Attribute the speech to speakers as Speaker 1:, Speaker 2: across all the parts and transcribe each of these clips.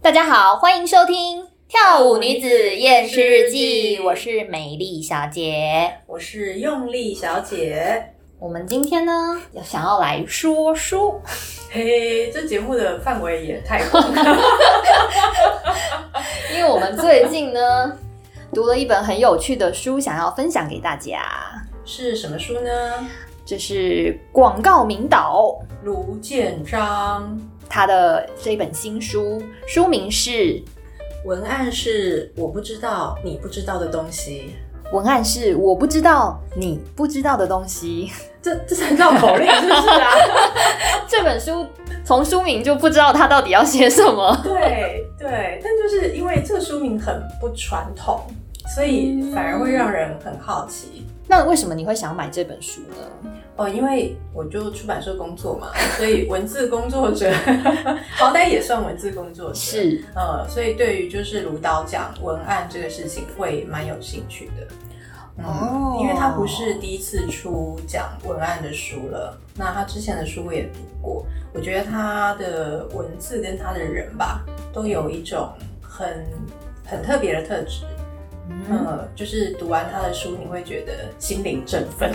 Speaker 1: 大家好，欢迎收听《跳舞女子厌世日记》，我是美丽小姐。
Speaker 2: 我是用力小姐。
Speaker 1: 我们今天呢，要想要来说书，
Speaker 2: 嘿，这节目的范围也太广了。
Speaker 1: 因为我们最近 呢读了一本很有趣的书，想要分享给大家。
Speaker 2: 是什么书呢？
Speaker 1: 这是广告名导
Speaker 2: 卢建章，
Speaker 1: 他的这本新书，书名是《
Speaker 2: 文案是我不知道你不知道的东西。
Speaker 1: 文案是我不知道你不知道的东 西》。
Speaker 2: 这这才绕口令是不是啊？
Speaker 1: 这本书从书名就不知道他到底要写什么。
Speaker 2: 对对，但就是因为这个书名很不传统，所以反而会让人很好奇。
Speaker 1: 那为什么你会想买这本书呢？
Speaker 2: 哦，因为我就出版社工作嘛，所以文字工作者好歹也算文字工作者。
Speaker 1: 是
Speaker 2: 呃，所以对于就是卢导讲文案这个事情，会蛮有兴趣的。嗯
Speaker 1: 哦
Speaker 2: 因为他不是第一次出讲文案的书了，那他之前的书我也读过，我觉得他的文字跟他的人吧，都有一种很很特别的特质。
Speaker 1: 嗯，
Speaker 2: 呃，就是读完他的书，你会觉得心灵振奋。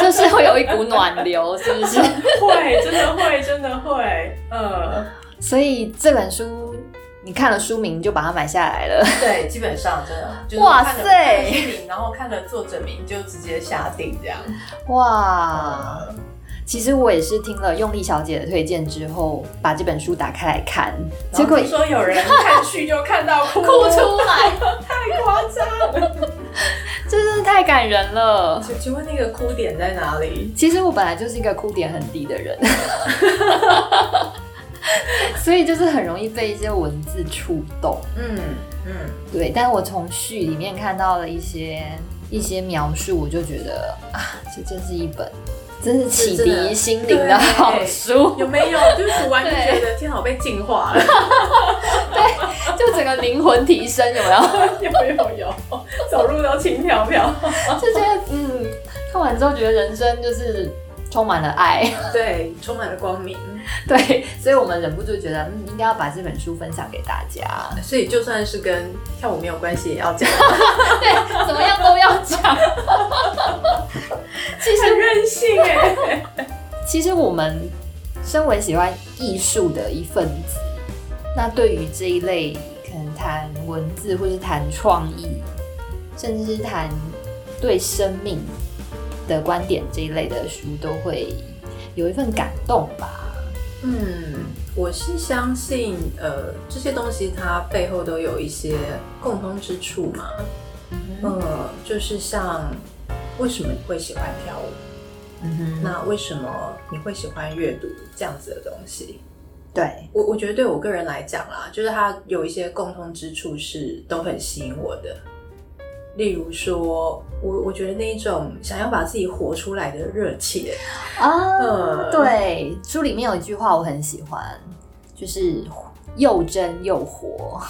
Speaker 1: 就是会有一股暖流，是不是？
Speaker 2: 会，真的会，真的会。呃，
Speaker 1: 所以这本书你看了书名就把它买下来了。
Speaker 2: 对，基本上真的就是
Speaker 1: 哇
Speaker 2: 看了
Speaker 1: 塞
Speaker 2: 看了书名，然后看了作者名就直接下定这样。
Speaker 1: 哇，其实我也是听了用力小姐的推荐之后，把这本书打开来看，
Speaker 2: 结
Speaker 1: 结果
Speaker 2: 果听说有人看去就看到哭，
Speaker 1: 哭出 来，
Speaker 2: 太夸张。
Speaker 1: 这真的太感人了。
Speaker 2: 请请问那个哭点在哪里？
Speaker 1: 其实我本来就是一个哭点很低的 人，所以就是很容易被一些文字触动。
Speaker 2: 嗯嗯，
Speaker 1: 对，但我从序里面看到了一些一些描述，我就觉得啊，这真是一本真是启
Speaker 2: 是真的
Speaker 1: 迪心灵的好书，
Speaker 2: 有没有就是读完就觉得天哪，我被净化了？
Speaker 1: 就整个灵魂提升，有没有？
Speaker 2: 有有有，走路都轻飘飘。
Speaker 1: 就觉得嗯，看完之后觉得人生就是充满了爱，
Speaker 2: 对，充满了光明。
Speaker 1: 对，所以我们忍不住觉得嗯，应该要把这本书分享给大家，
Speaker 2: 所以就算是跟跳舞没有关系，也要 讲。
Speaker 1: 对，怎么样都要讲。其实
Speaker 2: 很任性哎、
Speaker 1: 其实我们身为喜欢艺术的一份子，那对于这一类可能谈文字，或是谈创意，甚至是谈对生命的观点这一类的书，都会有一份感动吧。
Speaker 2: 嗯，我是相信，呃，这些东西它背后都有一些共通之处嘛。
Speaker 1: 嗯
Speaker 2: 呃，就是像为什么你会喜欢跳舞，
Speaker 1: 嗯哼，
Speaker 2: 那为什么你会喜欢阅读这样子的东西？
Speaker 1: 对，
Speaker 2: 我我觉得对我个人来讲啦，就是它有一些共通之处是都很吸引我的。例如说，我我觉得那一种想要把自己活出来的热切，
Speaker 1: 啊，
Speaker 2: 呃
Speaker 1: 对，书里面有一句话我很喜欢，就是又真又活。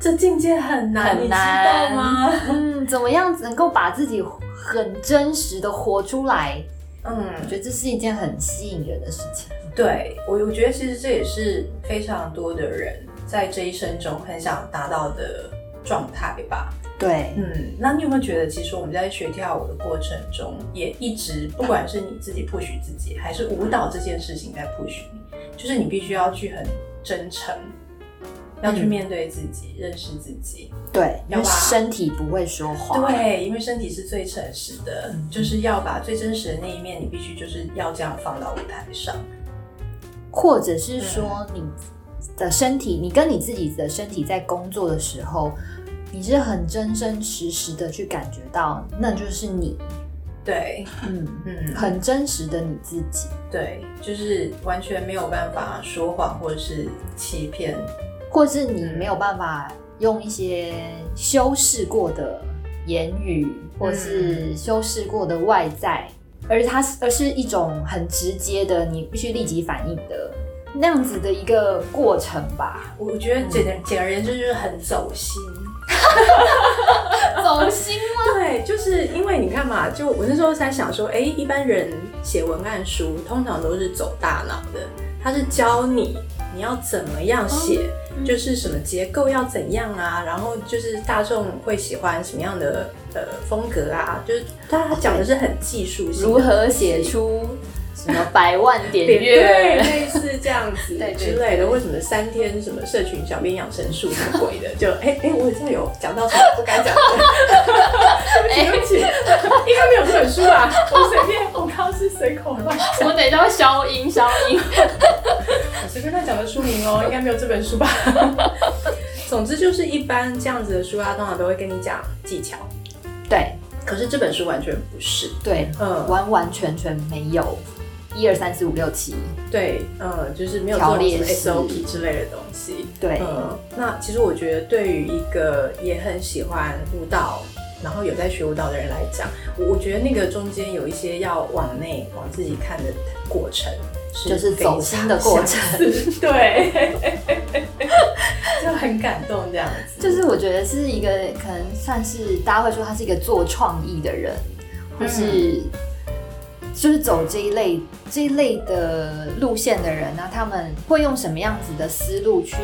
Speaker 2: 这境界很难，
Speaker 1: 很
Speaker 2: 你知
Speaker 1: 难
Speaker 2: 道吗？
Speaker 1: 嗯，怎么样子能够把自己很真实的活出来？
Speaker 2: 嗯，
Speaker 1: 我觉得这是一件很吸引人的事情。
Speaker 2: 对我，我觉得其实这也是非常多的人在这一生中很想达到的状态吧。
Speaker 1: 对，
Speaker 2: 嗯，那你有没有觉得，其实我们在学跳舞的过程中，也一直不管是你自己 push 自己，还是舞蹈这件事情在 push 你，就是你必须要去很真诚，要去
Speaker 1: 嗯
Speaker 2: 面对自己，认识自己。
Speaker 1: 对，因
Speaker 2: 要
Speaker 1: 为
Speaker 2: 吧
Speaker 1: 身体不会说话。，
Speaker 2: 对，因为身体是最诚实的，就是要把最真实的那一面，你必须就是要这样放到舞台上。
Speaker 1: 或者是说你的身体，你跟你自己的身体在工作的时候，你是很真真实实的去感觉到，那就是你，
Speaker 2: 对，
Speaker 1: 嗯，
Speaker 2: 嗯，
Speaker 1: 很真实的你自己，
Speaker 2: 对，就是完全没有办法说谎或者是欺骗。
Speaker 1: 或是你没有办法用一些修饰过的言语，或是修饰过的外在，而它是而是一种很直接的，你必须立即反应的那样子的一个过程吧。
Speaker 2: 我觉得简简而言之就是很走心。
Speaker 1: 走心吗？
Speaker 2: 对，就是因为你看嘛，就我那时候在想说，哎、一般人写文案书通常都是走大脑的，他是教你你要怎么样写，就是什么结构要怎样啊，然后就是大众会喜欢什么样的呃风格啊，就是他讲的是很技术性的
Speaker 1: 如何写出什么百万点
Speaker 2: 对
Speaker 1: 阅？
Speaker 2: 类似这样子
Speaker 1: 对对
Speaker 2: 之
Speaker 1: 对
Speaker 2: 类的，为什么三天什么社群小编养生术什么 鬼的，就哎哎、我好像有讲到什么不该讲的，
Speaker 1: 哎
Speaker 2: 对不起，对不起，应该没有这本书吧？我随便，我刚刚是随口乱
Speaker 1: 我
Speaker 2: 讲，
Speaker 1: 们等一下会消音，消音。
Speaker 2: 我随便乱讲的书名哦，应该没有这本 书吧？总之就是一般这样子的书啊，通常都会跟你讲技巧，
Speaker 1: 对
Speaker 2: 可是这本书完全不是，
Speaker 1: 对，
Speaker 2: 嗯，
Speaker 1: 完完全全没有一二三四五六七。
Speaker 2: 对，嗯，就是没有这
Speaker 1: 条
Speaker 2: 种
Speaker 1: 列
Speaker 2: 什么
Speaker 1: 式
Speaker 2: SOP 之类的东西。
Speaker 1: 对
Speaker 2: 嗯，那其实我觉得对于一个也很喜欢舞蹈，然后有在学舞蹈的人来讲，我我觉得那个中间有一些要往内往自己看的过程，
Speaker 1: 就是
Speaker 2: 非常
Speaker 1: 走心的过程
Speaker 2: 相似。 对， 就很感动这样子。
Speaker 1: 就是我觉得是一个可能算是大家会说他是一个做创意的人，或是、就是走这一类这一类的路线的人啊那他们会用什么样子的思路去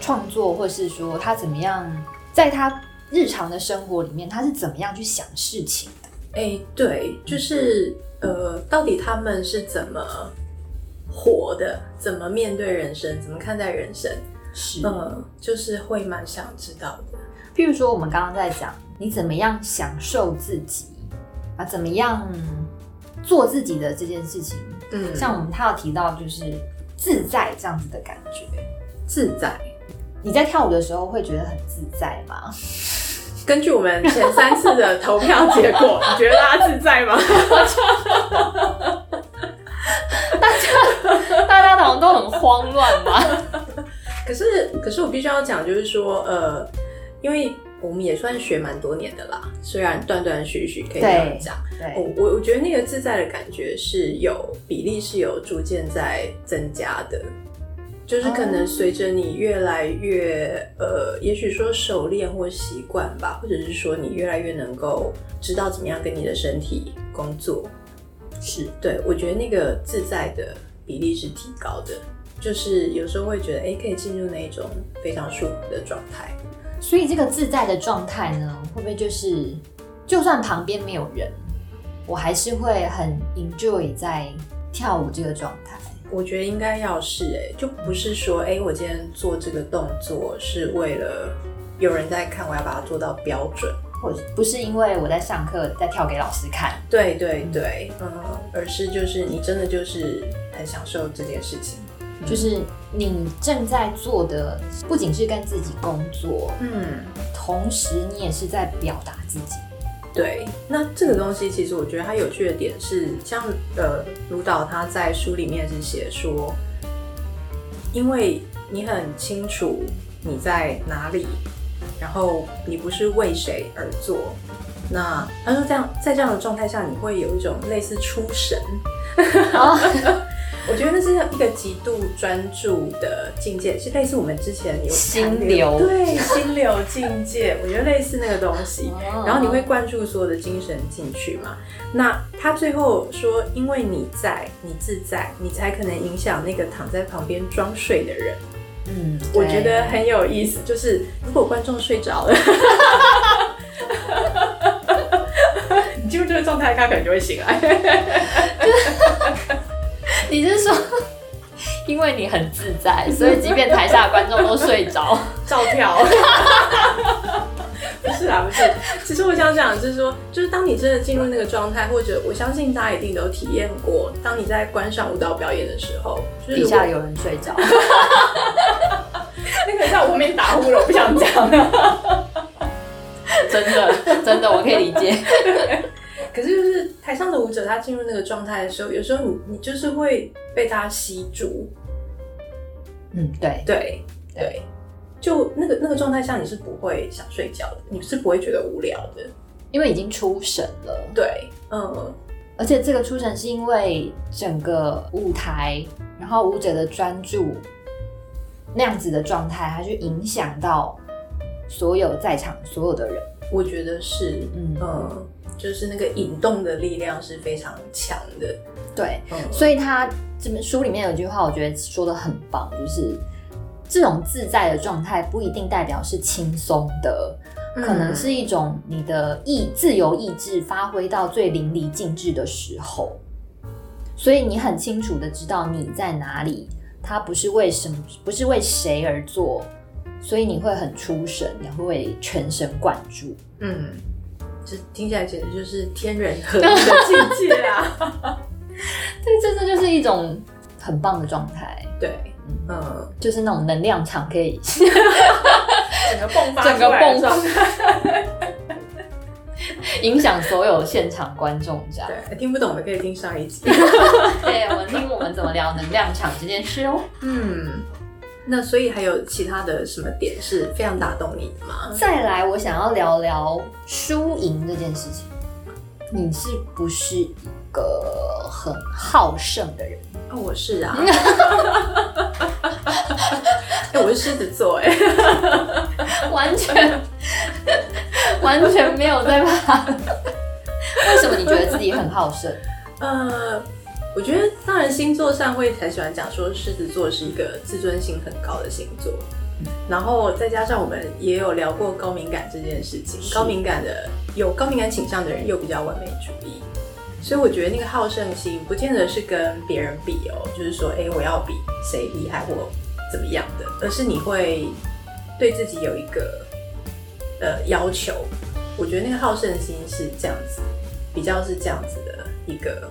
Speaker 1: 创作，或是说他怎么样在他日常的生活里面，他是怎么样去想事情的？
Speaker 2: 哎、对，就是呃，到底他们是怎么活的？怎么面对人生？怎么看待人生？
Speaker 1: 是
Speaker 2: 嗯，就是会蛮想知道的。
Speaker 1: 譬如说我们刚刚在讲你怎么样享受自己啊，怎么样做自己的这件事情，
Speaker 2: 嗯像
Speaker 1: 像我们他有提到就是自在这样子的感觉。
Speaker 2: 自在，
Speaker 1: 你在跳舞的时候会觉得很自在吗？
Speaker 2: 根据我们前三次的投票结果，你觉得大家自在吗？
Speaker 1: 大家好像都很慌乱吧？
Speaker 2: 可是，可是我必须要讲，就是说，呃，因为我们也算学蛮多年的啦，虽然断断续续可以这样讲，我
Speaker 1: 对，
Speaker 2: 我我觉得那个自在的感觉是有比例是有逐渐在增加的，就是可能随着你越来越呃，也许说熟练或习惯吧，或者是说你越来越能够知道怎么样跟你的身体工作，
Speaker 1: 是
Speaker 2: 对我觉得那个自在的比例是提高的，就是有时候会觉得哎、诶可以进入那一种非常舒服的状态。
Speaker 1: 所以这个自在的状态呢，会不会就是就算旁边没有人，我还是会很 enjoy 在跳舞这个状态？
Speaker 2: 我觉得应该要是哎、就不是说哎、诶我今天做这个动作是为了有人在看，我要把它做到标准。
Speaker 1: 或者不是因为我在上课在跳给老师看？
Speaker 2: 对对对，嗯，而是就是你真的就是很享受这件事情。
Speaker 1: 就是你正在做的不仅是跟自己工作，
Speaker 2: 嗯，
Speaker 1: 同时你也是在表达自己。
Speaker 2: 对，那这个东西其实我觉得它有趣的点是，像呃，卢导他在书里面是写说，因为你很清楚你在哪里，然后你不是为谁而做，那他说这样在这样的状态下，你会有一种类似出神，我觉得那是一个极度专注的境界，是类似我们之前有
Speaker 1: 心
Speaker 2: 谈
Speaker 1: 流
Speaker 2: 对心流 境界，我觉得类似那个东西。
Speaker 1: 哦
Speaker 2: 然后你会灌注所有的精神进去嘛？那他最后说，因为你在，你自在，你才可能影响那个躺在旁边装睡的人。
Speaker 1: 嗯，
Speaker 2: 我
Speaker 1: 对
Speaker 2: 觉得很有意思，就是如果观众睡着了。 你进入这个状态，他可能就会醒来。
Speaker 1: 你是说， 因为你很自在，所以即便台下的观众都睡 着，
Speaker 2: 照跳。 不是啊，不是。其实我想讲，就是说，就是当你真的进入那个状态，或者我相信大家一定都体验过，当你在观赏舞蹈表演的时候，就是
Speaker 1: 底
Speaker 2: 如果
Speaker 1: 下有人睡着，
Speaker 2: 那个叫无名打呼了，我不想讲了。
Speaker 1: 真的真的，我可以理解。
Speaker 2: 可是就是台上的舞者，他进入那个状态的时候，有时候你你就是会被他吸住，
Speaker 1: 嗯，对，
Speaker 2: 对对，就那个那个状态下，你是不会想睡觉的，你是不会觉得无聊的，
Speaker 1: 因为已经出神了，
Speaker 2: 对，嗯。
Speaker 1: 而且这个出神是因为整个舞台，然后舞者的专注那样子的状态，它去影响到所有在场所有的人。
Speaker 2: 我觉得是，
Speaker 1: 嗯
Speaker 2: 嗯就是那个引动的力量是非常强的，
Speaker 1: 对，
Speaker 2: 嗯，
Speaker 1: 所以他这本书里面有一句话，我觉得说的很棒，就是这种自在的状态不一定代表是轻松的，可能是一种你的意自由意志发挥到最淋漓尽致的时候，所以你很清楚的知道你在哪里，它不是为什么，不是为谁而做，所以你会很出神，你会全神贯注。
Speaker 2: 嗯，这听起来简直就是天人合一的境界啊！
Speaker 1: 对，这这就是一种很棒的状态，
Speaker 2: 对，嗯，
Speaker 1: 就是那种能量场可以
Speaker 2: 整个迸发
Speaker 1: 整个
Speaker 2: 出来的
Speaker 1: 迸
Speaker 2: 状态。
Speaker 1: 影响所有现场观众这样。
Speaker 2: 对，听不懂的可以听上一集。
Speaker 1: 对，我们听我们怎么聊能量场这件事哦。
Speaker 2: 嗯，那所以还有其他的什么点是非常打动你的吗？
Speaker 1: 再来，我想要聊聊输赢这件事情。你是不是一个很好胜的人？
Speaker 2: 哦，我是啊。 哎、我是狮子座哎、
Speaker 1: 完全完全没有在怕。 为什么你觉得自己很好胜？
Speaker 2: 呃，我觉得当然星座上会很喜欢讲说狮子座是一个自尊心很高的星座，然后再加上我们也有聊过高敏感这件事情，
Speaker 1: 是
Speaker 2: 高敏感的有高敏感倾向的人又比较完美主义。所以我觉得那个好胜心不见得是跟别人比哦，就是说，哎、我要比谁厉害或怎么样的，而是你会对自己有一个呃要求。我觉得那个好胜心是这样子，比较是这样子的一个，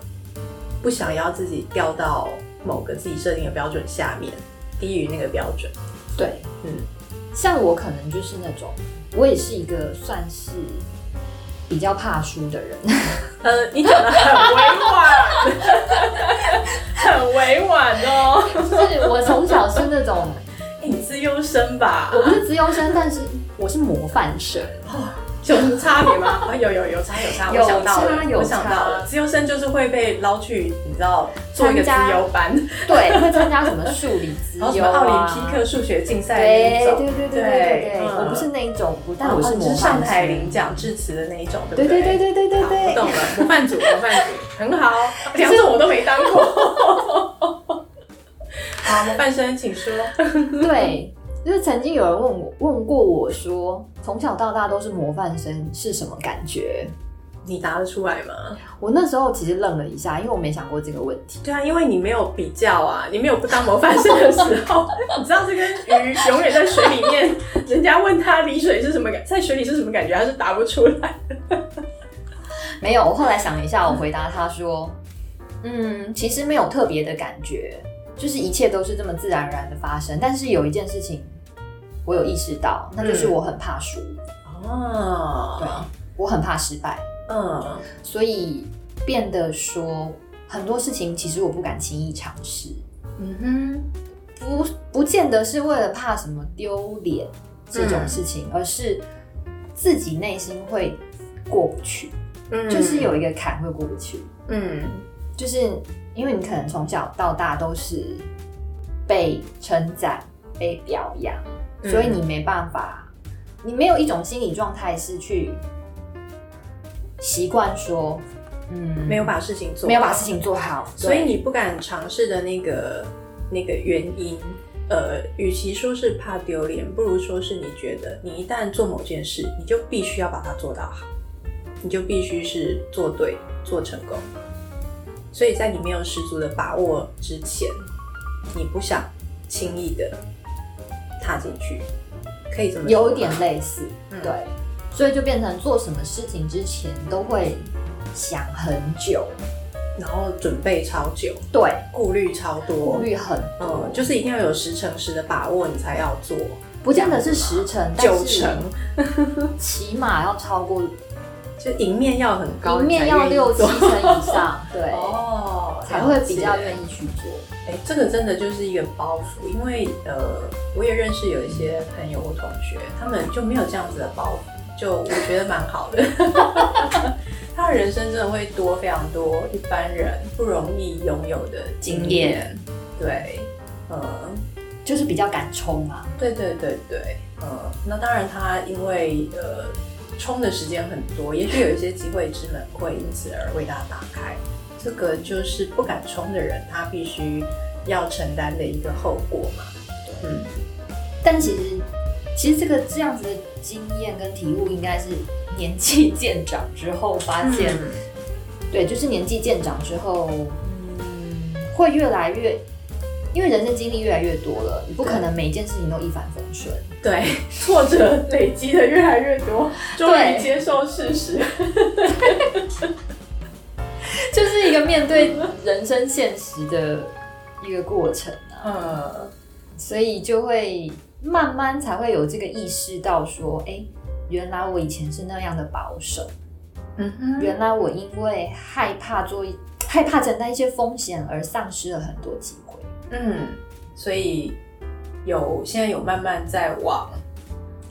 Speaker 2: 不想要自己掉到某个自己设定的标准下面，低于那个标准。
Speaker 1: 对，
Speaker 2: 嗯，
Speaker 1: 像我可能就是那种，我也是一个算是比较怕输的人。
Speaker 2: 呃，你讲的很委婉，很委婉哦。
Speaker 1: 就是我从小是那种，
Speaker 2: 哎你是优生吧？
Speaker 1: 我不是资优生，但是我是模范生。
Speaker 2: 有差别吗？啊有有有差有差，
Speaker 1: 有
Speaker 2: 我想到了，
Speaker 1: 差有
Speaker 2: 我想到了，自由生就是会被捞去，你知道，做一个自
Speaker 1: 参加
Speaker 2: 由班，
Speaker 1: 对，会参加什么数理资
Speaker 2: 然哦后什
Speaker 1: 优
Speaker 2: 么
Speaker 1: 啊，
Speaker 2: 奥林匹克数学竞赛的那
Speaker 1: 对
Speaker 2: 一种
Speaker 1: 对，对对对对对，
Speaker 2: 对嗯
Speaker 1: 我不是那一种，不但
Speaker 2: 哦
Speaker 1: 我是
Speaker 2: 你
Speaker 1: 模范
Speaker 2: 上
Speaker 1: 生
Speaker 2: 台领奖致辞的那一种，对
Speaker 1: 对对
Speaker 2: 不对
Speaker 1: 对对对对
Speaker 2: 好我
Speaker 1: 对，
Speaker 2: 懂了，模范组，模范组，很好， 两种我都没当过。好，模范生，请说。
Speaker 1: 对，就是曾经有人问我问过我说，从小到大都是模范生是什么感觉？
Speaker 2: 你答得出来吗？
Speaker 1: 我那时候其实愣了一下，因为我没想过这个问题。
Speaker 2: 对啊，因为你没有比较啊，你没有不当模范生的时候， 你知道这跟鱼永远在水里面，人家问他离水是什么感，在水里是什么感觉，他是答不出来。
Speaker 1: 没有，我后来想了一下，我回答他说，嗯，其实没有特别的感觉，就是一切都是这么自然而然的发生。但是有一件事情，我有意识到，那就是
Speaker 2: 嗯
Speaker 1: 我很怕输，对
Speaker 2: 哦，
Speaker 1: 我很怕失败。
Speaker 2: 嗯，
Speaker 1: 所以变得说很多事情其实我不敢轻易尝试，
Speaker 2: 嗯
Speaker 1: 不不见得是为了怕什么丢脸这种
Speaker 2: 嗯
Speaker 1: 事情，而是自己内心会过不去，
Speaker 2: 哼，嗯
Speaker 1: 就是，有一个坎会过不去，
Speaker 2: 嗯
Speaker 1: 就是因为你可能从小到大都是被称赞、被表扬，
Speaker 2: 嗯
Speaker 1: 所以你没办法，你没有一种心理状态是去习惯说，嗯，
Speaker 2: 没有把事情做，
Speaker 1: 没有把事情做好，
Speaker 2: 所以你不敢尝试的那个那个原因，呃，与其说是怕丢脸，不如说是你觉得你一旦做某件事，你就必须要把它做到好，你就必须是做对、做成功。所以在你没有十足的把握之前，你不想轻易的踏进去，可以这么说
Speaker 1: 有
Speaker 2: 吗
Speaker 1: 一点类似，
Speaker 2: 嗯
Speaker 1: 对，所以就变成做什么事情之前都会想很久，
Speaker 2: 然后准备超久，
Speaker 1: 对，
Speaker 2: 顾虑超多，
Speaker 1: 顾虑很多
Speaker 2: 嗯，，就是一定要有十成十的把握，你才要做。
Speaker 1: 不见得是十成，但
Speaker 2: 九
Speaker 1: 是
Speaker 2: 成，
Speaker 1: 起码要超过
Speaker 2: 就赢面要很高，
Speaker 1: 一面要六七
Speaker 2: 成
Speaker 1: 成以上，对，
Speaker 2: 哦，
Speaker 1: 才会比较愿
Speaker 2: 意。
Speaker 1: 意去做。
Speaker 2: 哎、这个真的就是一个包袱，因为呃，我也认识有一些朋友或同学，他们就没有这样子的包袱，就我觉得蛮好 的。他的人生真的会多非常多一般人不容易拥有的经
Speaker 1: 经
Speaker 2: 验
Speaker 1: 验。
Speaker 2: 对，嗯。
Speaker 1: 就是比较敢冲啊，
Speaker 2: 对对对对，呃，那当然他因为呃冲的时间很多，也许有一些机会之门会因此而为他打开。这个就是不敢冲的人，他必须要承担的一个后果嘛。嗯，
Speaker 1: 但其实其实这个这样子的经验跟体悟，应该是年纪渐长之后
Speaker 2: 嗯
Speaker 1: 发现，对，就是年纪渐长之后，嗯，会越来越，因为人生经历越来越多了，你不可能每一件事情都一帆风顺。
Speaker 2: 对，挫折累积的越来越多，终于
Speaker 1: 对
Speaker 2: 接受事实。
Speaker 1: 就是一个面对人生现实的一个过程啊，
Speaker 2: 呃，
Speaker 1: 所以就会慢慢才会有这个意识到说，哎、原来我以前是那样的保守，
Speaker 2: 嗯哼，
Speaker 1: 原来我因为害怕做害怕承担一些风险而丧失了很多机会。
Speaker 2: 嗯，所以有现在有慢慢在往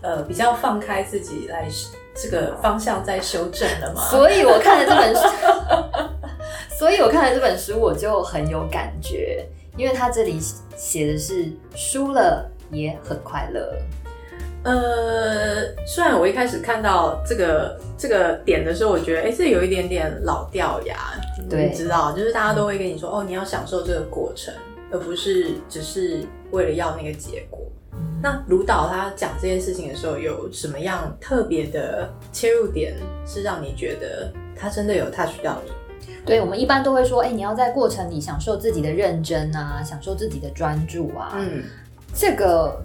Speaker 2: 呃比较放开自己来这个方向在修正了吗？
Speaker 1: 所以我看了这本书， 所以我看了这本书，我就很有感觉，因为它这里写的是输了也很快乐。
Speaker 2: 呃，虽然我一开始看到这个这个点的时候，我觉得哎、诶这有一点点老掉牙，
Speaker 1: 对
Speaker 2: 你知道，就是大家都会跟你说哦，你要享受这个过程，而不是只是为了要那个结果。那卢导他讲这件事情的时候，有什么样特别的切入点，是让你觉得他真的有 touch 到你？
Speaker 1: 对，我们一般都会说，哎、你要在过程里享受自己的认真啊，享受自己的专注啊。
Speaker 2: 嗯
Speaker 1: 这个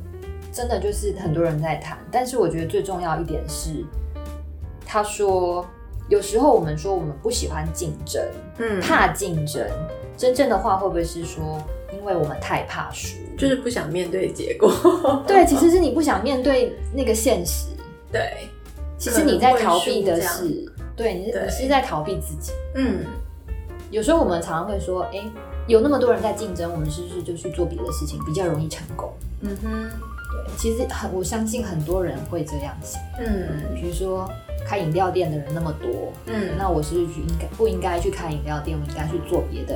Speaker 1: 真的就是很多人在谈，但是我觉得最重要一点是，他说，有时候我们说我们不喜欢竞争，
Speaker 2: 嗯，
Speaker 1: 怕竞争，真正的话会不会是说，因为我们太怕输？
Speaker 2: 就是嗯不想面对结果。
Speaker 1: 对，其实是你不想面对那个现实，
Speaker 2: 对，
Speaker 1: 其实你在逃避
Speaker 2: 可
Speaker 1: 的
Speaker 2: 能会输
Speaker 1: 是，对，你是
Speaker 2: 对
Speaker 1: 你是在逃避自己。
Speaker 2: 嗯
Speaker 1: 有时候我们常常会说，哎、有那么多人在竞争，我们是不是就去做别的事情比较容易成功？
Speaker 2: 嗯哼，
Speaker 1: 对，其实很，我相信很多人会这样想。
Speaker 2: 嗯
Speaker 1: 比如说，开饮料店的人那么多，
Speaker 2: 嗯
Speaker 1: 那我是不是应该不应该去开饮料店？我应该去做别的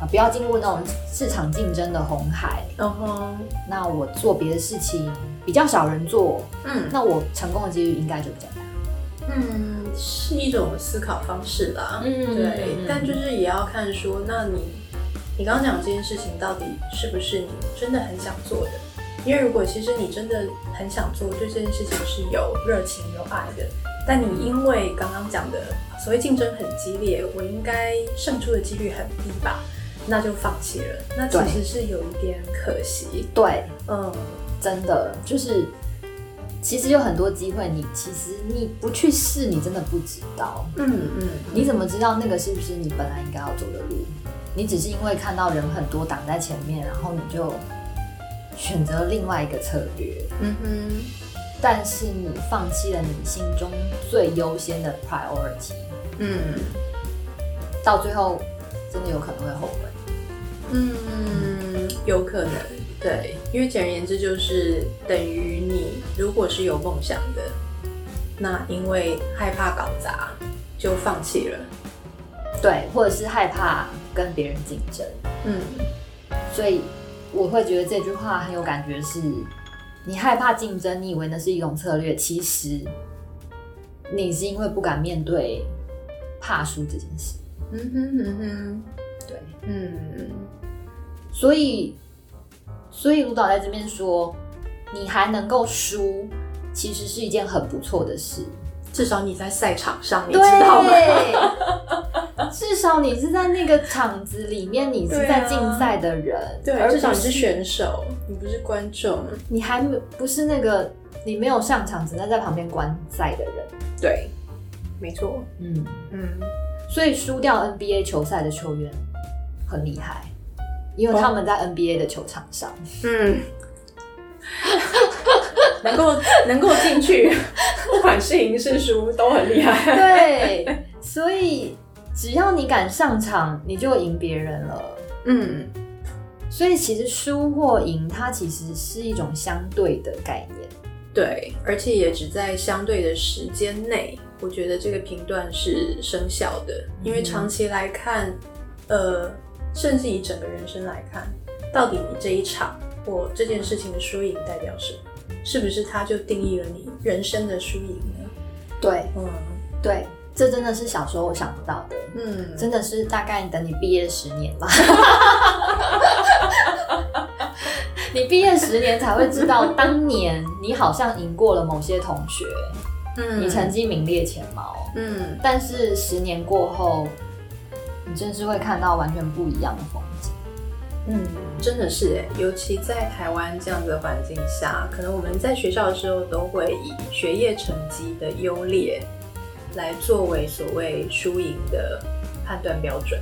Speaker 1: 啊，不要进入那种市场竞争的红海。
Speaker 2: 然后
Speaker 1: 那我做别的事情比较少人做，
Speaker 2: 嗯
Speaker 1: 那我成功的几率应该就比较大。
Speaker 2: 嗯，是一种思考方式啦。
Speaker 1: 嗯
Speaker 2: 对，但就是也要看说，那你你刚刚讲这件事情到底是不是你真的很想做的？因为如果其实你真的很想做，对这件事情是有热情有爱的，但你因为刚刚讲的所谓竞争很激烈，我应该胜出的几率很低吧，那就放弃了。那其实是有一点可惜。
Speaker 1: 对，
Speaker 2: 嗯
Speaker 1: 真的就是，其实有很多机会你，其实你不去试，你真的不知道。
Speaker 2: 嗯嗯，
Speaker 1: 你怎么知道那个是不是你本来应该要走的路？你只是因为看到人很多挡在前面，然后你就选择另外一个策略，
Speaker 2: 嗯哼
Speaker 1: 但是你放弃了你心中最优先的 priority，
Speaker 2: 嗯。
Speaker 1: 到最后真的有可能会后悔。
Speaker 2: 嗯，有可能，对，因为简而言之就是等于你如果是有梦想的，那因为害怕搞砸就放弃了。
Speaker 1: 对，或者是害怕跟别人竞争，
Speaker 2: 嗯
Speaker 1: 所以我会觉得这句话很有感觉是，你害怕竞争，你以为那是一种策略，其实你是因为不敢面对怕输这件事。
Speaker 2: 嗯哼嗯
Speaker 1: 对，
Speaker 2: 哼，嗯
Speaker 1: 所以，所以卢导在这边说，你还能够输，其实是一件很不错的事，
Speaker 2: 至少你在赛场上，你知道吗？
Speaker 1: 至少你是在那个场子里面，你是
Speaker 2: 对啊
Speaker 1: 在竞赛的人，而
Speaker 2: 至少
Speaker 1: 不
Speaker 2: 你是
Speaker 1: 是
Speaker 2: 选手，你不是观众。
Speaker 1: 你还没不是那个你没有上场，只能在旁边观赛的人。
Speaker 2: 对，没错。
Speaker 1: 嗯，
Speaker 2: 嗯，
Speaker 1: 所以输掉 NBA 球赛的球员很厉害，因
Speaker 2: 哦
Speaker 1: 为他们在 NBA 的球场上。
Speaker 2: 嗯，能够能够进去，不管是赢是输都很厉害。
Speaker 1: 对，所以只要你敢上场，你就赢别人了。
Speaker 2: 嗯
Speaker 1: 所以其实输或赢，它其实是一种相对的概念。，
Speaker 2: 对，而且也只在相对的时间内，我觉得这个评断是生效的，因为长期来看，呃，甚至以整个人生来看，到底你这一场我这件事情的输赢代表什么？是不是它就定义了你人生的输赢呢？
Speaker 1: 对
Speaker 2: 嗯
Speaker 1: 对，这真的是小时候我想不到的，
Speaker 2: 嗯，
Speaker 1: 真的是 大概等你毕业十年吧。你毕业十年才会知道，当年你好像赢过了某些同学，
Speaker 2: 嗯
Speaker 1: 你成绩名列前茅。
Speaker 2: 嗯，
Speaker 1: 但是十年过后，你真是会看到完全不一样的风景。
Speaker 2: 嗯，真的是哎，尤其在台湾这样子的环境下，可能我们在学校的时候都会以学业成绩的优劣来作为所谓输赢的判断标准。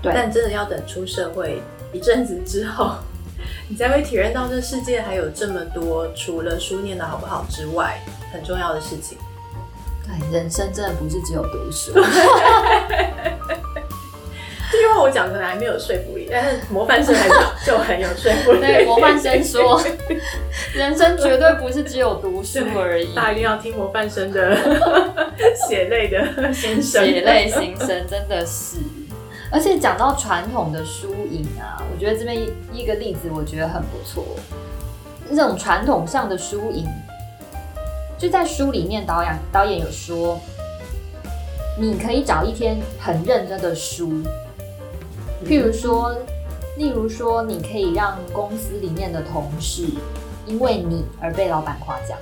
Speaker 1: 对
Speaker 2: 但真的要等出社会一阵子之后， 你才会体验到这世界还有这么多除了书念的好不好之外很重要的事情。
Speaker 1: 对，哎人生真的不是只有读书。
Speaker 2: 这句话我讲可能还没有说服力，但是模范生来讲就很有说服力。
Speaker 1: 对，模范生说，人生绝对不是只有读书而已。
Speaker 2: 大家一定要听模范生的 血泪的先生，
Speaker 1: 血泪心声，真的是。而且讲到传统的输赢啊，我觉得这边一个例子我觉得很不错。那种传统上的输赢，就在书里面导演导演有说，你可以找一天很认真的输，譬如说，例如说，你可以让公司里面的同事因为你而被老板夸奖。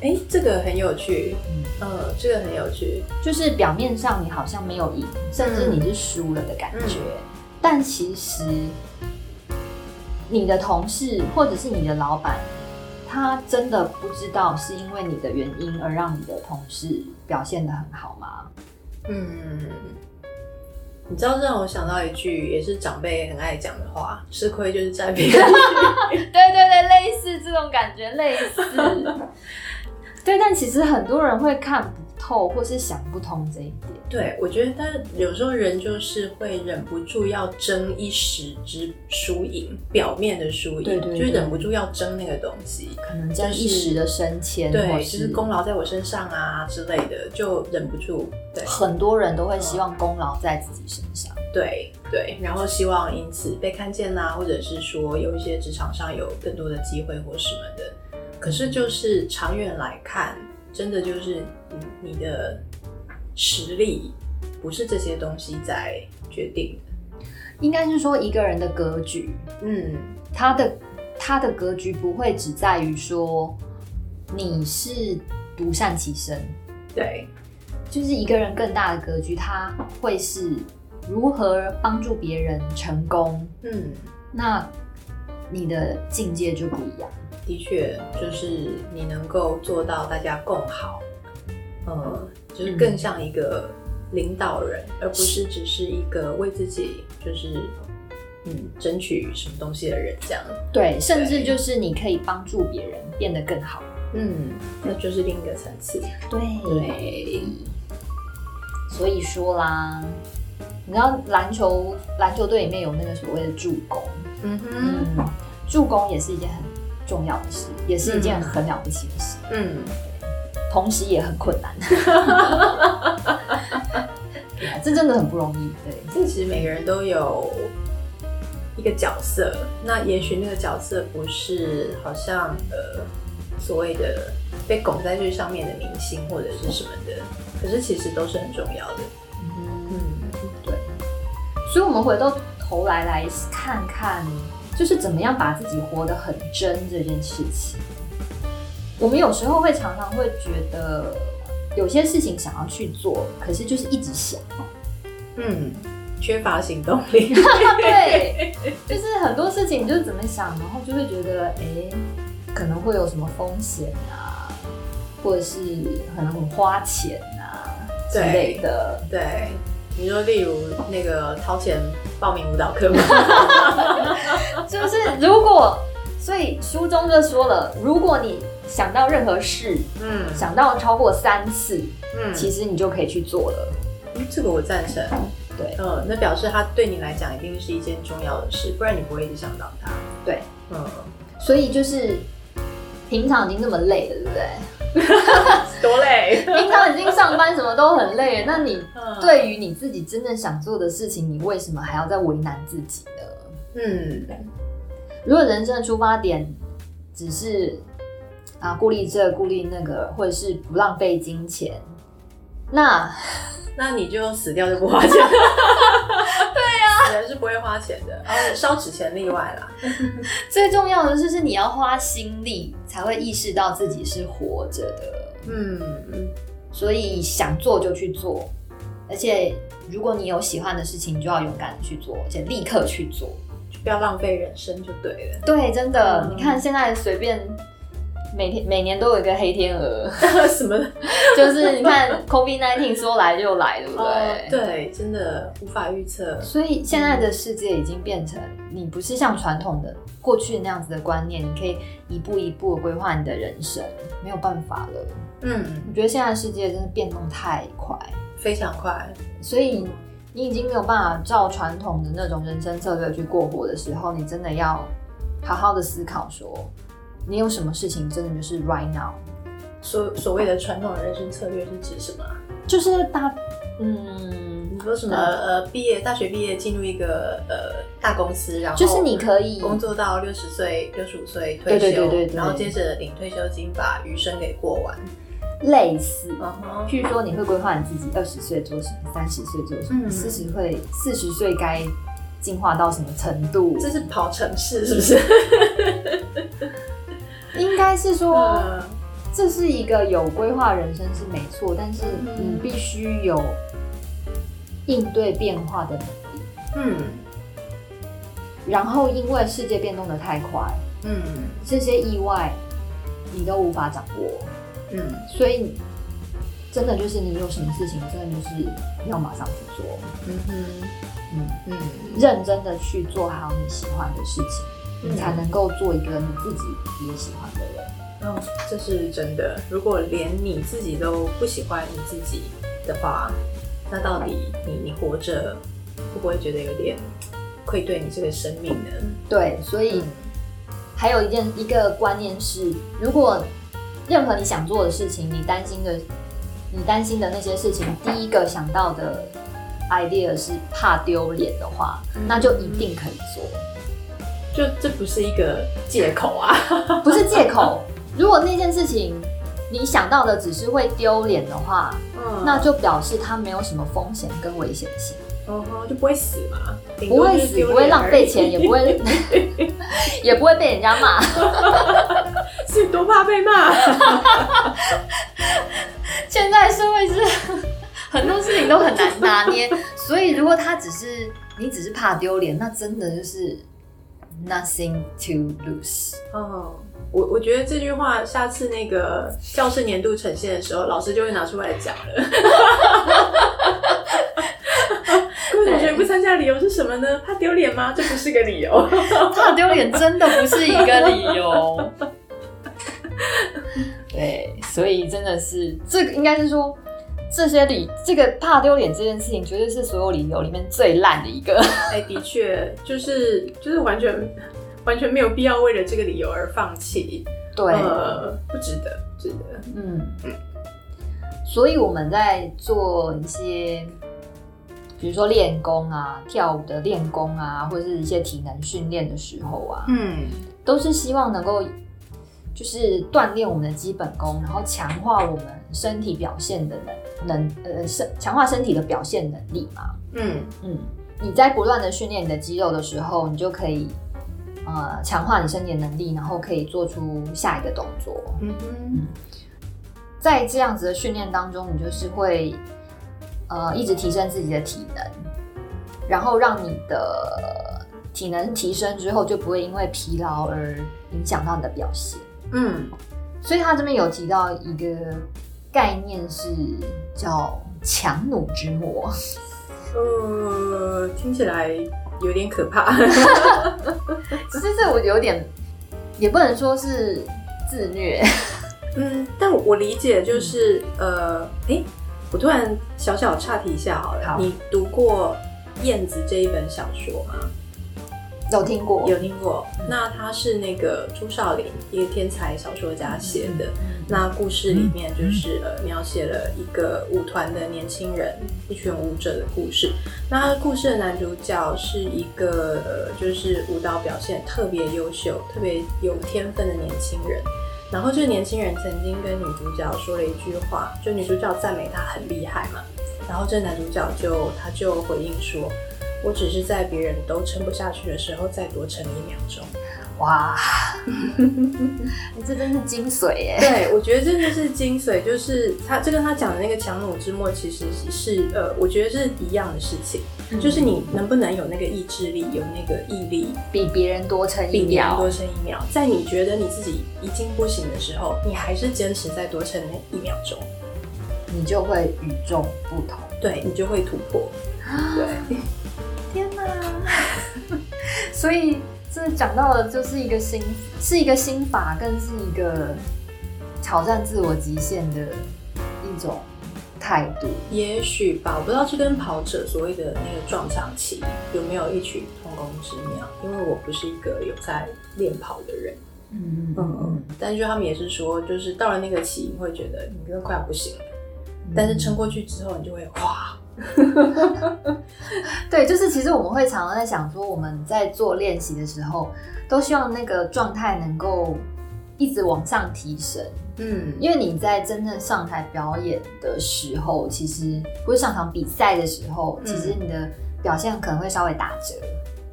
Speaker 2: 哎、这个很有趣
Speaker 1: 嗯，
Speaker 2: 嗯，这个很有趣，
Speaker 1: 就是表面上你好像没有赢，甚至你是输了的感觉，但其实你的同事或者是你的老板，他真的不知道是因为你的原因而让你的同事表现得很好吗？
Speaker 2: 嗯。你知道，这让我想到一句也是长辈很爱讲的话：“吃亏就是占便 宜。
Speaker 1: 对对对，类似这种感觉，类似。 对，但其实很多人会看不透或是想不通这一点。
Speaker 2: 对，我觉得但有时候人就是会忍不住要争一时之输赢，表面的输赢，
Speaker 1: 对对对
Speaker 2: 就是忍不住要争那个东西。
Speaker 1: 可能争一时的升迁，或
Speaker 2: 对，就是是功劳在我身上啊之类的，就忍不住。对
Speaker 1: 很多人都会希望功劳在自己身上。
Speaker 2: 对对，然后希望因此被看见呐、或者是说有一些职场上有更多的机会或什么的。可是就是长远来看，真的就是你你的实力不是这些东西在决定的。
Speaker 1: 应该是说一个人的格局，
Speaker 2: 嗯，
Speaker 1: 他的他的格局不会只在于说你是独善其身，
Speaker 2: 对。
Speaker 1: 就是一个人更大的格局，他会是如何帮助别人成功，
Speaker 2: 嗯，
Speaker 1: 那你的境界就不一样。
Speaker 2: 的确，就是你能够做到大家共好，呃，就是更像一个领导人，而不是只是一个为自己就是嗯争取什么东西的人这样。
Speaker 1: 对，甚至就是你可以帮助别人变得更好。
Speaker 2: 嗯，那就是另一个层次。
Speaker 1: 对，
Speaker 2: 对，
Speaker 1: 所以说啦，你知道篮球篮球队里面有那个所谓的助攻，
Speaker 2: 嗯哼，
Speaker 1: 嗯，助攻也是一件很重要的事，也是一件很了不起的事，
Speaker 2: 嗯，
Speaker 1: 同时也很困难。对啊这真的很不容易，对，
Speaker 2: 这其实每个人都有一个角色，那也许那个角色不是好像呃所谓的被拱在最上面的明星或者是什么的，可是其实都是很重要的。
Speaker 1: 嗯，
Speaker 2: 嗯，
Speaker 1: 所以我们回到头来来看看，就是怎么样把自己活得很真这件事情。我们有时候会常常会觉得有些事情想要去做，可是就是一直想，
Speaker 2: 嗯，缺乏行动 力。
Speaker 1: 对，就是很多事情你就是怎么想，然后就会觉得，哎、可能会有什么风险啊，或者是可能很花钱啊之类的。
Speaker 2: 对，你说例如那个掏钱报名舞蹈课吗？
Speaker 1: 就是如果，所以书中就说了，如果你想到任何事，
Speaker 2: 嗯
Speaker 1: 想到超过三次，
Speaker 2: 嗯，
Speaker 1: 其实你就可以去做了。
Speaker 2: 嗯这个我赞成。
Speaker 1: 对
Speaker 2: 嗯，那表示它对你来讲一定是一件重要的事，不然你不会一直想到它。
Speaker 1: 对，
Speaker 2: 嗯，
Speaker 1: 所以就是平常已经这么累了，对不对？
Speaker 2: 多 累。
Speaker 1: 平常已经上班什么都很累了，那你
Speaker 2: 嗯，
Speaker 1: 对于你自己真正想做的事情，你为什么还要再为难自己呢？
Speaker 2: 嗯，
Speaker 1: 如果人生的出发点只是啊顾虑这顾虑那个，或者是不浪费金钱，那
Speaker 2: 那你就死掉就不花钱。对呀、的人是不会花钱的，呃啊烧纸钱例外啦。
Speaker 1: 最重要的是，是你要花心力才会意识到自己是活着的，
Speaker 2: 嗯，
Speaker 1: 所以想做就去做，而且如果你有喜欢的事情，你就要勇敢的去做，而且立刻去做。
Speaker 2: 就不要浪费人生就对了。
Speaker 1: 对，真的，
Speaker 2: 嗯
Speaker 1: 你看现在随便每天每年都有一个黑天鹅，
Speaker 2: 什么？
Speaker 1: 就是你看 COVID 1 9说来就来，对不对？
Speaker 2: 哦，对，真的无法预测。
Speaker 1: 所以现在的世界已经变成，你不是像传统的过去那样子的观念，你可以一步一步的规划你的人生，没有办法了。
Speaker 2: 嗯，
Speaker 1: 我觉得现在的世界真的变动太快，
Speaker 2: 非常快。
Speaker 1: 所以你已经没有办法照传统的那种人生策略去过活的时候，你真的要好好的思考说，你有什么事情真的就是 right now，
Speaker 2: 所所谓的传统人生策略是指什么啊？
Speaker 1: 就是大嗯，
Speaker 2: 你说什么？呃，毕业大学毕业进入一个呃大公司，然后
Speaker 1: 就是你可以
Speaker 2: 工作到六十岁、六十五岁退休，
Speaker 1: 对对对对对
Speaker 2: 然后接着领退休金，把余生给过完。
Speaker 1: 类似。
Speaker 2: 嗯
Speaker 1: 譬如说，你会规划你自己二十岁做什么，三十岁做什么，
Speaker 2: 嗯
Speaker 1: 四十岁四十岁该进化到什么程度？
Speaker 2: 这是跑城市是不是？
Speaker 1: 应该是说，
Speaker 2: 嗯
Speaker 1: 这是一个有规划人生是没错，但是
Speaker 2: 嗯
Speaker 1: 你必须有应对变化的能力。
Speaker 2: 嗯
Speaker 1: 然后，因为世界变动的太快，
Speaker 2: 嗯
Speaker 1: 这些意外你都无法掌握，
Speaker 2: 嗯，
Speaker 1: 所以真的就是你有什么事情，真的就是要马上去做，
Speaker 2: 嗯哼，
Speaker 1: 嗯。
Speaker 2: 嗯
Speaker 1: 认真的去做好你喜欢的事情，
Speaker 2: 嗯
Speaker 1: 你才能够做一个你自己也喜欢的人。
Speaker 2: 哦，这是真的。如果连你自己都不喜欢你自己的话，那到底你你活着会不会觉得有点愧对你这个生命呢？
Speaker 1: 对，所以
Speaker 2: 嗯
Speaker 1: 还有一件一个观念是，如果任何你想做的事情，你担心的，你担心的那些事情，第一个想到的 idea 是怕丢脸的话，
Speaker 2: 嗯
Speaker 1: 那就一定可以做，
Speaker 2: 就这不是一个借口啊。
Speaker 1: 不是借 口。如果那件事情你想到的只是会丢脸的话，
Speaker 2: 嗯
Speaker 1: 那就表示它没有什么风险跟危险性。
Speaker 2: 哦吼就不会死嘛，顶
Speaker 1: 不
Speaker 2: 多
Speaker 1: 会
Speaker 2: 就是
Speaker 1: 死，
Speaker 2: 丢
Speaker 1: 不会
Speaker 2: 脸
Speaker 1: 浪
Speaker 2: 而
Speaker 1: 费
Speaker 2: 已
Speaker 1: 钱，也不会， 也不会被人家骂。
Speaker 2: 是多怕被骂。
Speaker 1: 现在社会是很多事情都很难拿 捏，所以如果他只是你只是怕丢脸，那真的就是 nothing to lose。
Speaker 2: 哦，我我觉得这句话下次那个教室年度呈现的时候，老师就会拿出来讲了。 各位同学不参加理由是什么呢？怕丢脸吗？这不是个理由。
Speaker 1: 怕丢脸真的不是一个理 由。对，所以真的是这个，应该是说这些理，这个怕丢脸这件事情，绝对是所有理由里面最烂的一个。
Speaker 2: 哎，的确，就是就是完全完全没有必要为了这个理由而放弃。
Speaker 1: 对。
Speaker 2: 呃，不值得，不值得。
Speaker 1: 嗯，所以我们在做一些，比如说练功啊、跳舞的练功啊，或者是一些体能训练的时候啊，
Speaker 2: 嗯
Speaker 1: 都是希望能够就是锻炼我们的基本功，然后强化我们身体表现的能能呃身强化身体的表现能力嘛。
Speaker 2: 嗯
Speaker 1: 嗯，你在不断的训练你的肌肉的时候，你就可以呃强化你身体的能力，然后可以做出下一个动作。
Speaker 2: 嗯哼
Speaker 1: 在这样子的训练当中，你就是会呃一直提升自己的体能，然后让你的体能提升之后，就不会因为疲劳而影响到你的呃表现。
Speaker 2: 嗯
Speaker 1: 所以他这边有提到一个概念是叫强弩之末，
Speaker 2: 呃，听起来有点可怕。
Speaker 1: 其实这我有点也不能说是 自虐，
Speaker 2: 嗯，但我理解就是，呃，诶，我突然小小岔题一下好了。
Speaker 1: 好
Speaker 2: 你读过《燕子》这一本小说吗？
Speaker 1: 有听过？
Speaker 2: 有听过
Speaker 1: 嗯？
Speaker 2: 那它是那个朱少林，一个天才小说家写的。那故事里面就是呃描写了一个舞团的年轻人，一群舞者的故事。那他故事的男主角是一个呃就是舞蹈表现特别优秀、特别有天分的年轻人。然后这个年轻人曾经跟女主角说了一句话，就女主角赞美他很厉害嘛，然后这男主角就他就回应说，我只是在别人都撑不下去的时候再多撑一秒钟。
Speaker 1: 哇， 你这真是精髓耶！
Speaker 2: 对，我觉得这就是精髓，就是他这跟他讲的那个强弩之末，其实是呃，我觉得是一样的事情，
Speaker 1: 嗯
Speaker 2: 就是你能不能有那个意志力，有那个毅力，
Speaker 1: 比别人多撑一
Speaker 2: 比别人
Speaker 1: 秒
Speaker 2: 多，撑一秒，在你觉得你自己已经不行的时候，你还是坚持再多撑那一秒钟，
Speaker 1: 你就会与众不同。
Speaker 2: 对你就会突破。对，
Speaker 1: 天哪！所以这讲到的就是一个心，是一个心法，更是一个挑战自我极限的一种态度。
Speaker 2: 也许吧，我不知道这跟跑者所谓的那个撞墙期有没有异曲同工之妙，因为我不是一个有在练跑的人。
Speaker 1: 嗯
Speaker 2: 嗯，但是就他们也是说，就是到了那个期，你会觉得你真的快要不行了，但是撑过去之后，你就会哇，
Speaker 1: 对，就是其实我们会常常在想说，我们在做练习的时候，都希望那个状态能够一直往上提升。
Speaker 2: 嗯，
Speaker 1: 因为你在真正上台表演的时候，其实或者上场比赛的时候，
Speaker 2: 嗯
Speaker 1: 其实你的表现可能会稍微打折。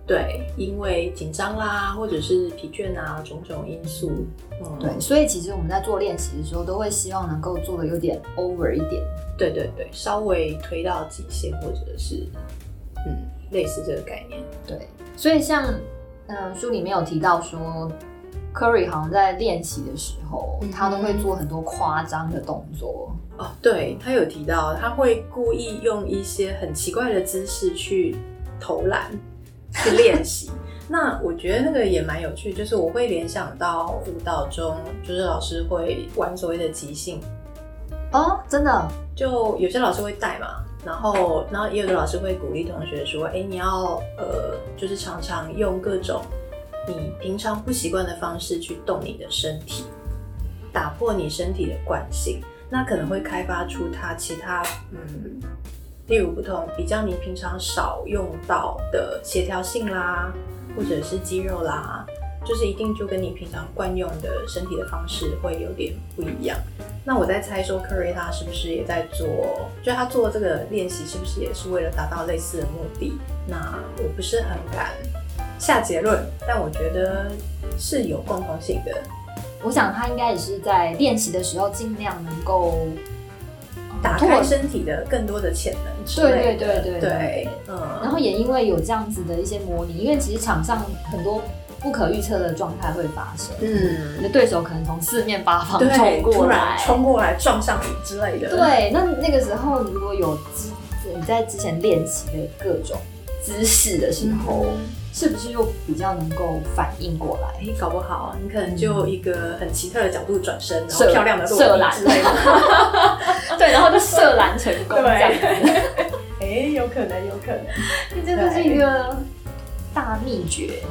Speaker 2: 对，因为紧张啦，或者是疲倦啊，种种因素，嗯，
Speaker 1: 对，所以其实我们在做练习的时候，都会希望能够做的有点 over 一点。
Speaker 2: 对对对，稍微推到极限，或者是嗯，类似这个概念，
Speaker 1: 对，所以像嗯、呃书里面有提到说，Curry 好像在练习的时候，
Speaker 2: 嗯哼
Speaker 1: 他都会做很多夸张的动作。
Speaker 2: 哦，对他有提到，他会故意用一些很奇怪的姿势去投篮，去练习。那我觉得那个也蛮有趣，就是我会联想到舞蹈中，就是老师会玩所谓的即兴，
Speaker 1: 哦，真的，
Speaker 2: 就有些老师会带嘛，然后然后也有的老师会鼓励同学说，哎，你要呃，就是常常用各种你平常不习惯的方式去动你的身体，打破你身体的惯性，那可能会开发出它其他嗯，例如不同比较你平常少用到的协调性啦，或者是肌肉啦。就是一定就跟你平常惯用的身体的方式会有点不一样，那我在猜说，Curry 他是不是也在做？就他做这个练习，是不是也是为了达到类似的目的？那我不是很敢下结论，但我觉得是有共同性的。
Speaker 1: 我想他应该也是在练习的时候尽量能够呃
Speaker 2: 打
Speaker 1: 拓
Speaker 2: 开身体的更多的潜能之类的。
Speaker 1: 对对对对
Speaker 2: 对，
Speaker 1: 然
Speaker 2: 嗯，
Speaker 1: 后也因为有这样子的一些模拟，因为其实场上很多不可预测的状态会发生，你
Speaker 2: 嗯，
Speaker 1: 的对手可能从四面八方冲
Speaker 2: 对，
Speaker 1: 过
Speaker 2: 突
Speaker 1: 来
Speaker 2: 然，冲过来撞上你之类的。，
Speaker 1: 对，那那个时候你如果有之你在之前练习的各种姿势的时
Speaker 2: 然
Speaker 1: 候，
Speaker 2: 后。
Speaker 1: 是不是又比较能够反应过 来？
Speaker 2: 哦哎，搞不好你可能就一个很奇特的角度转身，然后
Speaker 1: 嗯射
Speaker 2: 漂亮的落
Speaker 1: 射
Speaker 2: 地
Speaker 1: 篮
Speaker 2: 之类的。
Speaker 1: 对，然后就射篮成功这样子，
Speaker 2: 哎，有可能，有可能。
Speaker 1: 这真的是一个大秘诀。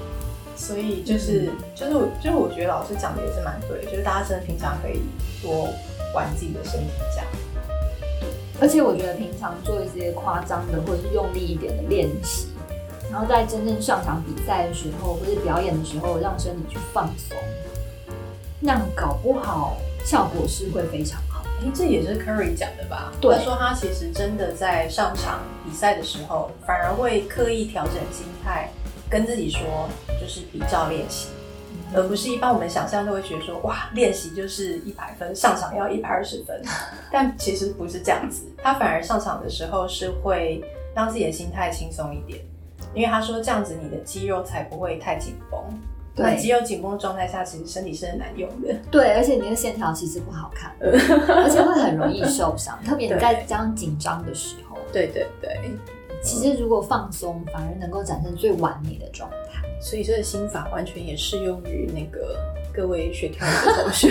Speaker 2: 所以就是、就是我就是我觉得老师讲的也是蛮对，就是大家真的平常可以多玩自己的身体这样。
Speaker 1: 而且我觉得平常做一些夸张的或者是用力一点的练习，然后在真正上场比赛的时候或者表演的时候，让身体去放松，那搞不好效果是会非常好。
Speaker 2: 哎，这也是 Curry 讲的吧？
Speaker 1: 对
Speaker 2: 他说他其实真的在上场比赛的时候，反而会刻意调整心态，跟自己说就是比照练习，而不是一般我们想象都会觉得说哇，练习就是一百分，上场要一百二十分，但其实不是这样子。他反而上场的时候是会让自己的心态轻松一点，因为他说这样子你的肌肉才不会太紧绷。那肌
Speaker 1: 对
Speaker 2: 肉紧绷的状态下，其实身体是很难用的。
Speaker 1: 对，而且你的线条其实不好 看，而且会很容易受伤，特别你在
Speaker 2: 对
Speaker 1: 这样紧张的时候。
Speaker 2: 对对对，
Speaker 1: 其实如果放松，反而能够展现最完美的状态。
Speaker 2: 所以这个心法完全也适用于那个各位学跳舞的同学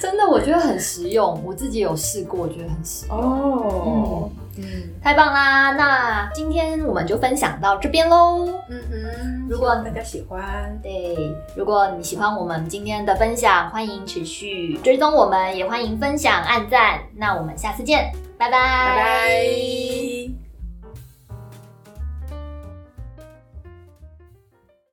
Speaker 1: 真的，我觉得很实用，我自己有试过，我觉得很实用。
Speaker 2: 哦。嗯
Speaker 1: 太棒啦！那今天我们就分享到这边喽。
Speaker 2: 嗯哼，
Speaker 1: 如果
Speaker 2: 希望大家喜欢，
Speaker 1: 对，如果你喜欢我们今天的分享，欢迎持续追踪我们，也欢迎分享、按赞。那我们下次见，拜拜，
Speaker 2: 拜拜。